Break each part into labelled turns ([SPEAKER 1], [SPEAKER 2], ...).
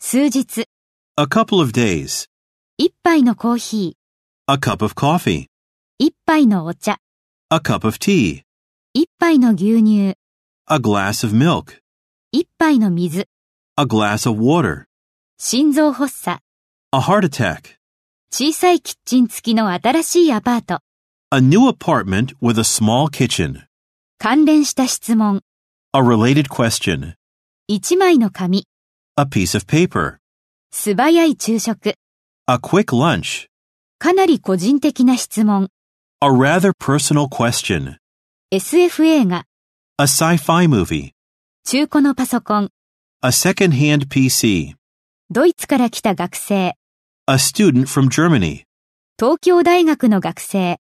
[SPEAKER 1] 数日、
[SPEAKER 2] A couple of days.
[SPEAKER 1] 一杯のコーヒ
[SPEAKER 2] A cup of coffee.
[SPEAKER 1] ー、一杯のお茶、
[SPEAKER 2] A cup of tea.
[SPEAKER 1] 一杯の牛乳、
[SPEAKER 2] A glass of milk.
[SPEAKER 1] 一杯の水、
[SPEAKER 2] A glass of water.
[SPEAKER 1] 心臓発作、
[SPEAKER 2] A heart attack.
[SPEAKER 1] 小さいキッチン付きの新しいアパート、
[SPEAKER 2] A new apartment with a small kitchen.
[SPEAKER 1] 関連した質問、
[SPEAKER 2] A related question.
[SPEAKER 1] 一枚の紙、
[SPEAKER 2] A piece of paper.
[SPEAKER 1] 素早い昼食、
[SPEAKER 2] A quick lunch.
[SPEAKER 1] かなり個人的な質問、
[SPEAKER 2] A rather personal question.
[SPEAKER 1] SF 映画、
[SPEAKER 2] A sci fi movie.
[SPEAKER 1] 中古のパソコン、
[SPEAKER 2] A second hand PC.
[SPEAKER 1] ドイツから来た学生、
[SPEAKER 2] A student from Germany.
[SPEAKER 1] 東京大学の学生、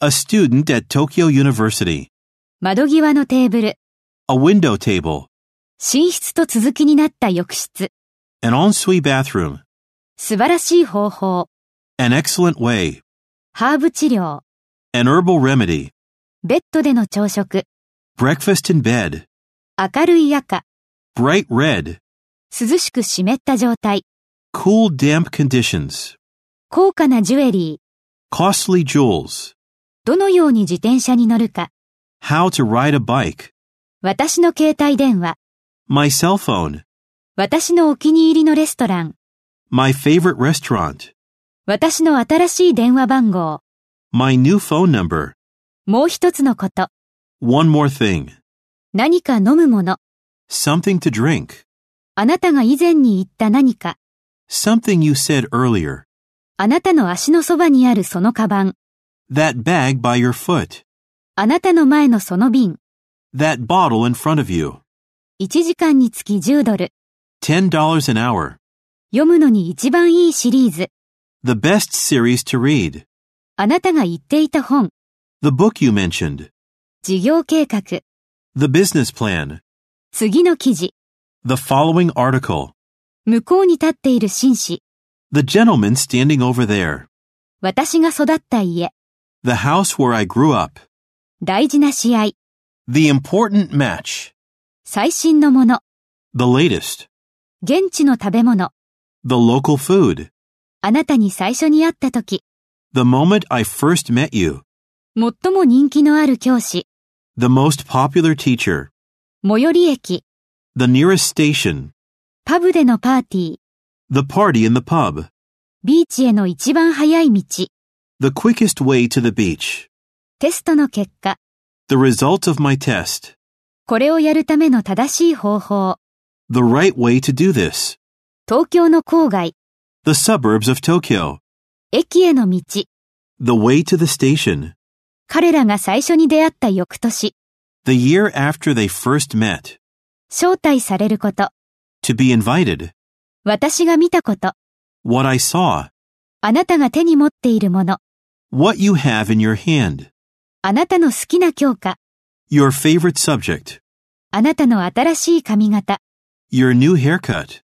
[SPEAKER 2] A student at Tokyo University.
[SPEAKER 1] 窓際のテーブル、
[SPEAKER 2] A window table.
[SPEAKER 1] 寝室と続きになった浴室、
[SPEAKER 2] An ensuite bathroom.
[SPEAKER 1] 素晴らしい方法、
[SPEAKER 2] An excellent way.
[SPEAKER 1] ハーブ治療、
[SPEAKER 2] An herbal remedy.
[SPEAKER 1] ベッドでの朝食、
[SPEAKER 2] Breakfast in bed.
[SPEAKER 1] 明るい赤、
[SPEAKER 2] Bright red.
[SPEAKER 1] 涼しく湿った状態、
[SPEAKER 2] Cool damp conditions.
[SPEAKER 1] 高価なジュエリー、
[SPEAKER 2] Costly jewels.
[SPEAKER 1] どのように自転車に乗るか、
[SPEAKER 2] How to ride a bike.
[SPEAKER 1] 私の携帯電話、
[SPEAKER 2] My cell phone.
[SPEAKER 1] 私のお気に入りのレストラン、
[SPEAKER 2] My favorite restaurant.
[SPEAKER 1] 私の新しい電話番号、
[SPEAKER 2] My new phone number.
[SPEAKER 1] もう一つのこと、
[SPEAKER 2] One more thing.
[SPEAKER 1] 何か飲むもの、
[SPEAKER 2] Something to drink.
[SPEAKER 1] あなたが以前に言った何か、
[SPEAKER 2] Something you said earlier.
[SPEAKER 1] あなたの足のそばにあるそのカバン、
[SPEAKER 2] That bag by your foot.
[SPEAKER 1] あなたの前のその瓶、
[SPEAKER 2] That bottle in front of you.
[SPEAKER 1] 1時間につき10ドル、
[SPEAKER 2] $10 an hour.
[SPEAKER 1] 読むのに一番いいシリーズ、
[SPEAKER 2] The best series to read.
[SPEAKER 1] あなたが言っていた本、
[SPEAKER 2] The book you mentioned.
[SPEAKER 1] 事業計画、
[SPEAKER 2] The business plan.
[SPEAKER 1] 次の記事、
[SPEAKER 2] The following article.
[SPEAKER 1] 向こうに立っている紳士、
[SPEAKER 2] The gentleman standing over there.
[SPEAKER 1] 私が育った家、
[SPEAKER 2] The house where I grew up.
[SPEAKER 1] 大事な試合、
[SPEAKER 2] The important match.
[SPEAKER 1] 最新のもの、
[SPEAKER 2] The latest.
[SPEAKER 1] 現地の食べ物、
[SPEAKER 2] The local food.
[SPEAKER 1] あなたに最初に会った時、
[SPEAKER 2] The moment I first met you.
[SPEAKER 1] 最も人気のある教師、
[SPEAKER 2] The most popular teacher.
[SPEAKER 1] 最寄り駅、
[SPEAKER 2] The nearest station.
[SPEAKER 1] パブでのパーティー、
[SPEAKER 2] The party in the pub.
[SPEAKER 1] ビーチへの一番早い道、
[SPEAKER 2] The quickest way to the beach.
[SPEAKER 1] テストの結果、
[SPEAKER 2] The result of my test.
[SPEAKER 1] これをやるための正しい方法、
[SPEAKER 2] The right way to do this.
[SPEAKER 1] 東京の郊外、
[SPEAKER 2] The suburbs of Tokyo.
[SPEAKER 1] 駅への道、
[SPEAKER 2] The way to the station.
[SPEAKER 1] 彼らが最初に出会った翌年、
[SPEAKER 2] The year after they first met.
[SPEAKER 1] 招待されること、
[SPEAKER 2] To be invited.
[SPEAKER 1] 私が見たこと、
[SPEAKER 2] What I saw.
[SPEAKER 1] あなたが手に持っているもの、
[SPEAKER 2] What you have in your hand.
[SPEAKER 1] あなたの好きな教科、
[SPEAKER 2] Your favorite subject.
[SPEAKER 1] あなたの新しい髪型。
[SPEAKER 2] Your new haircut.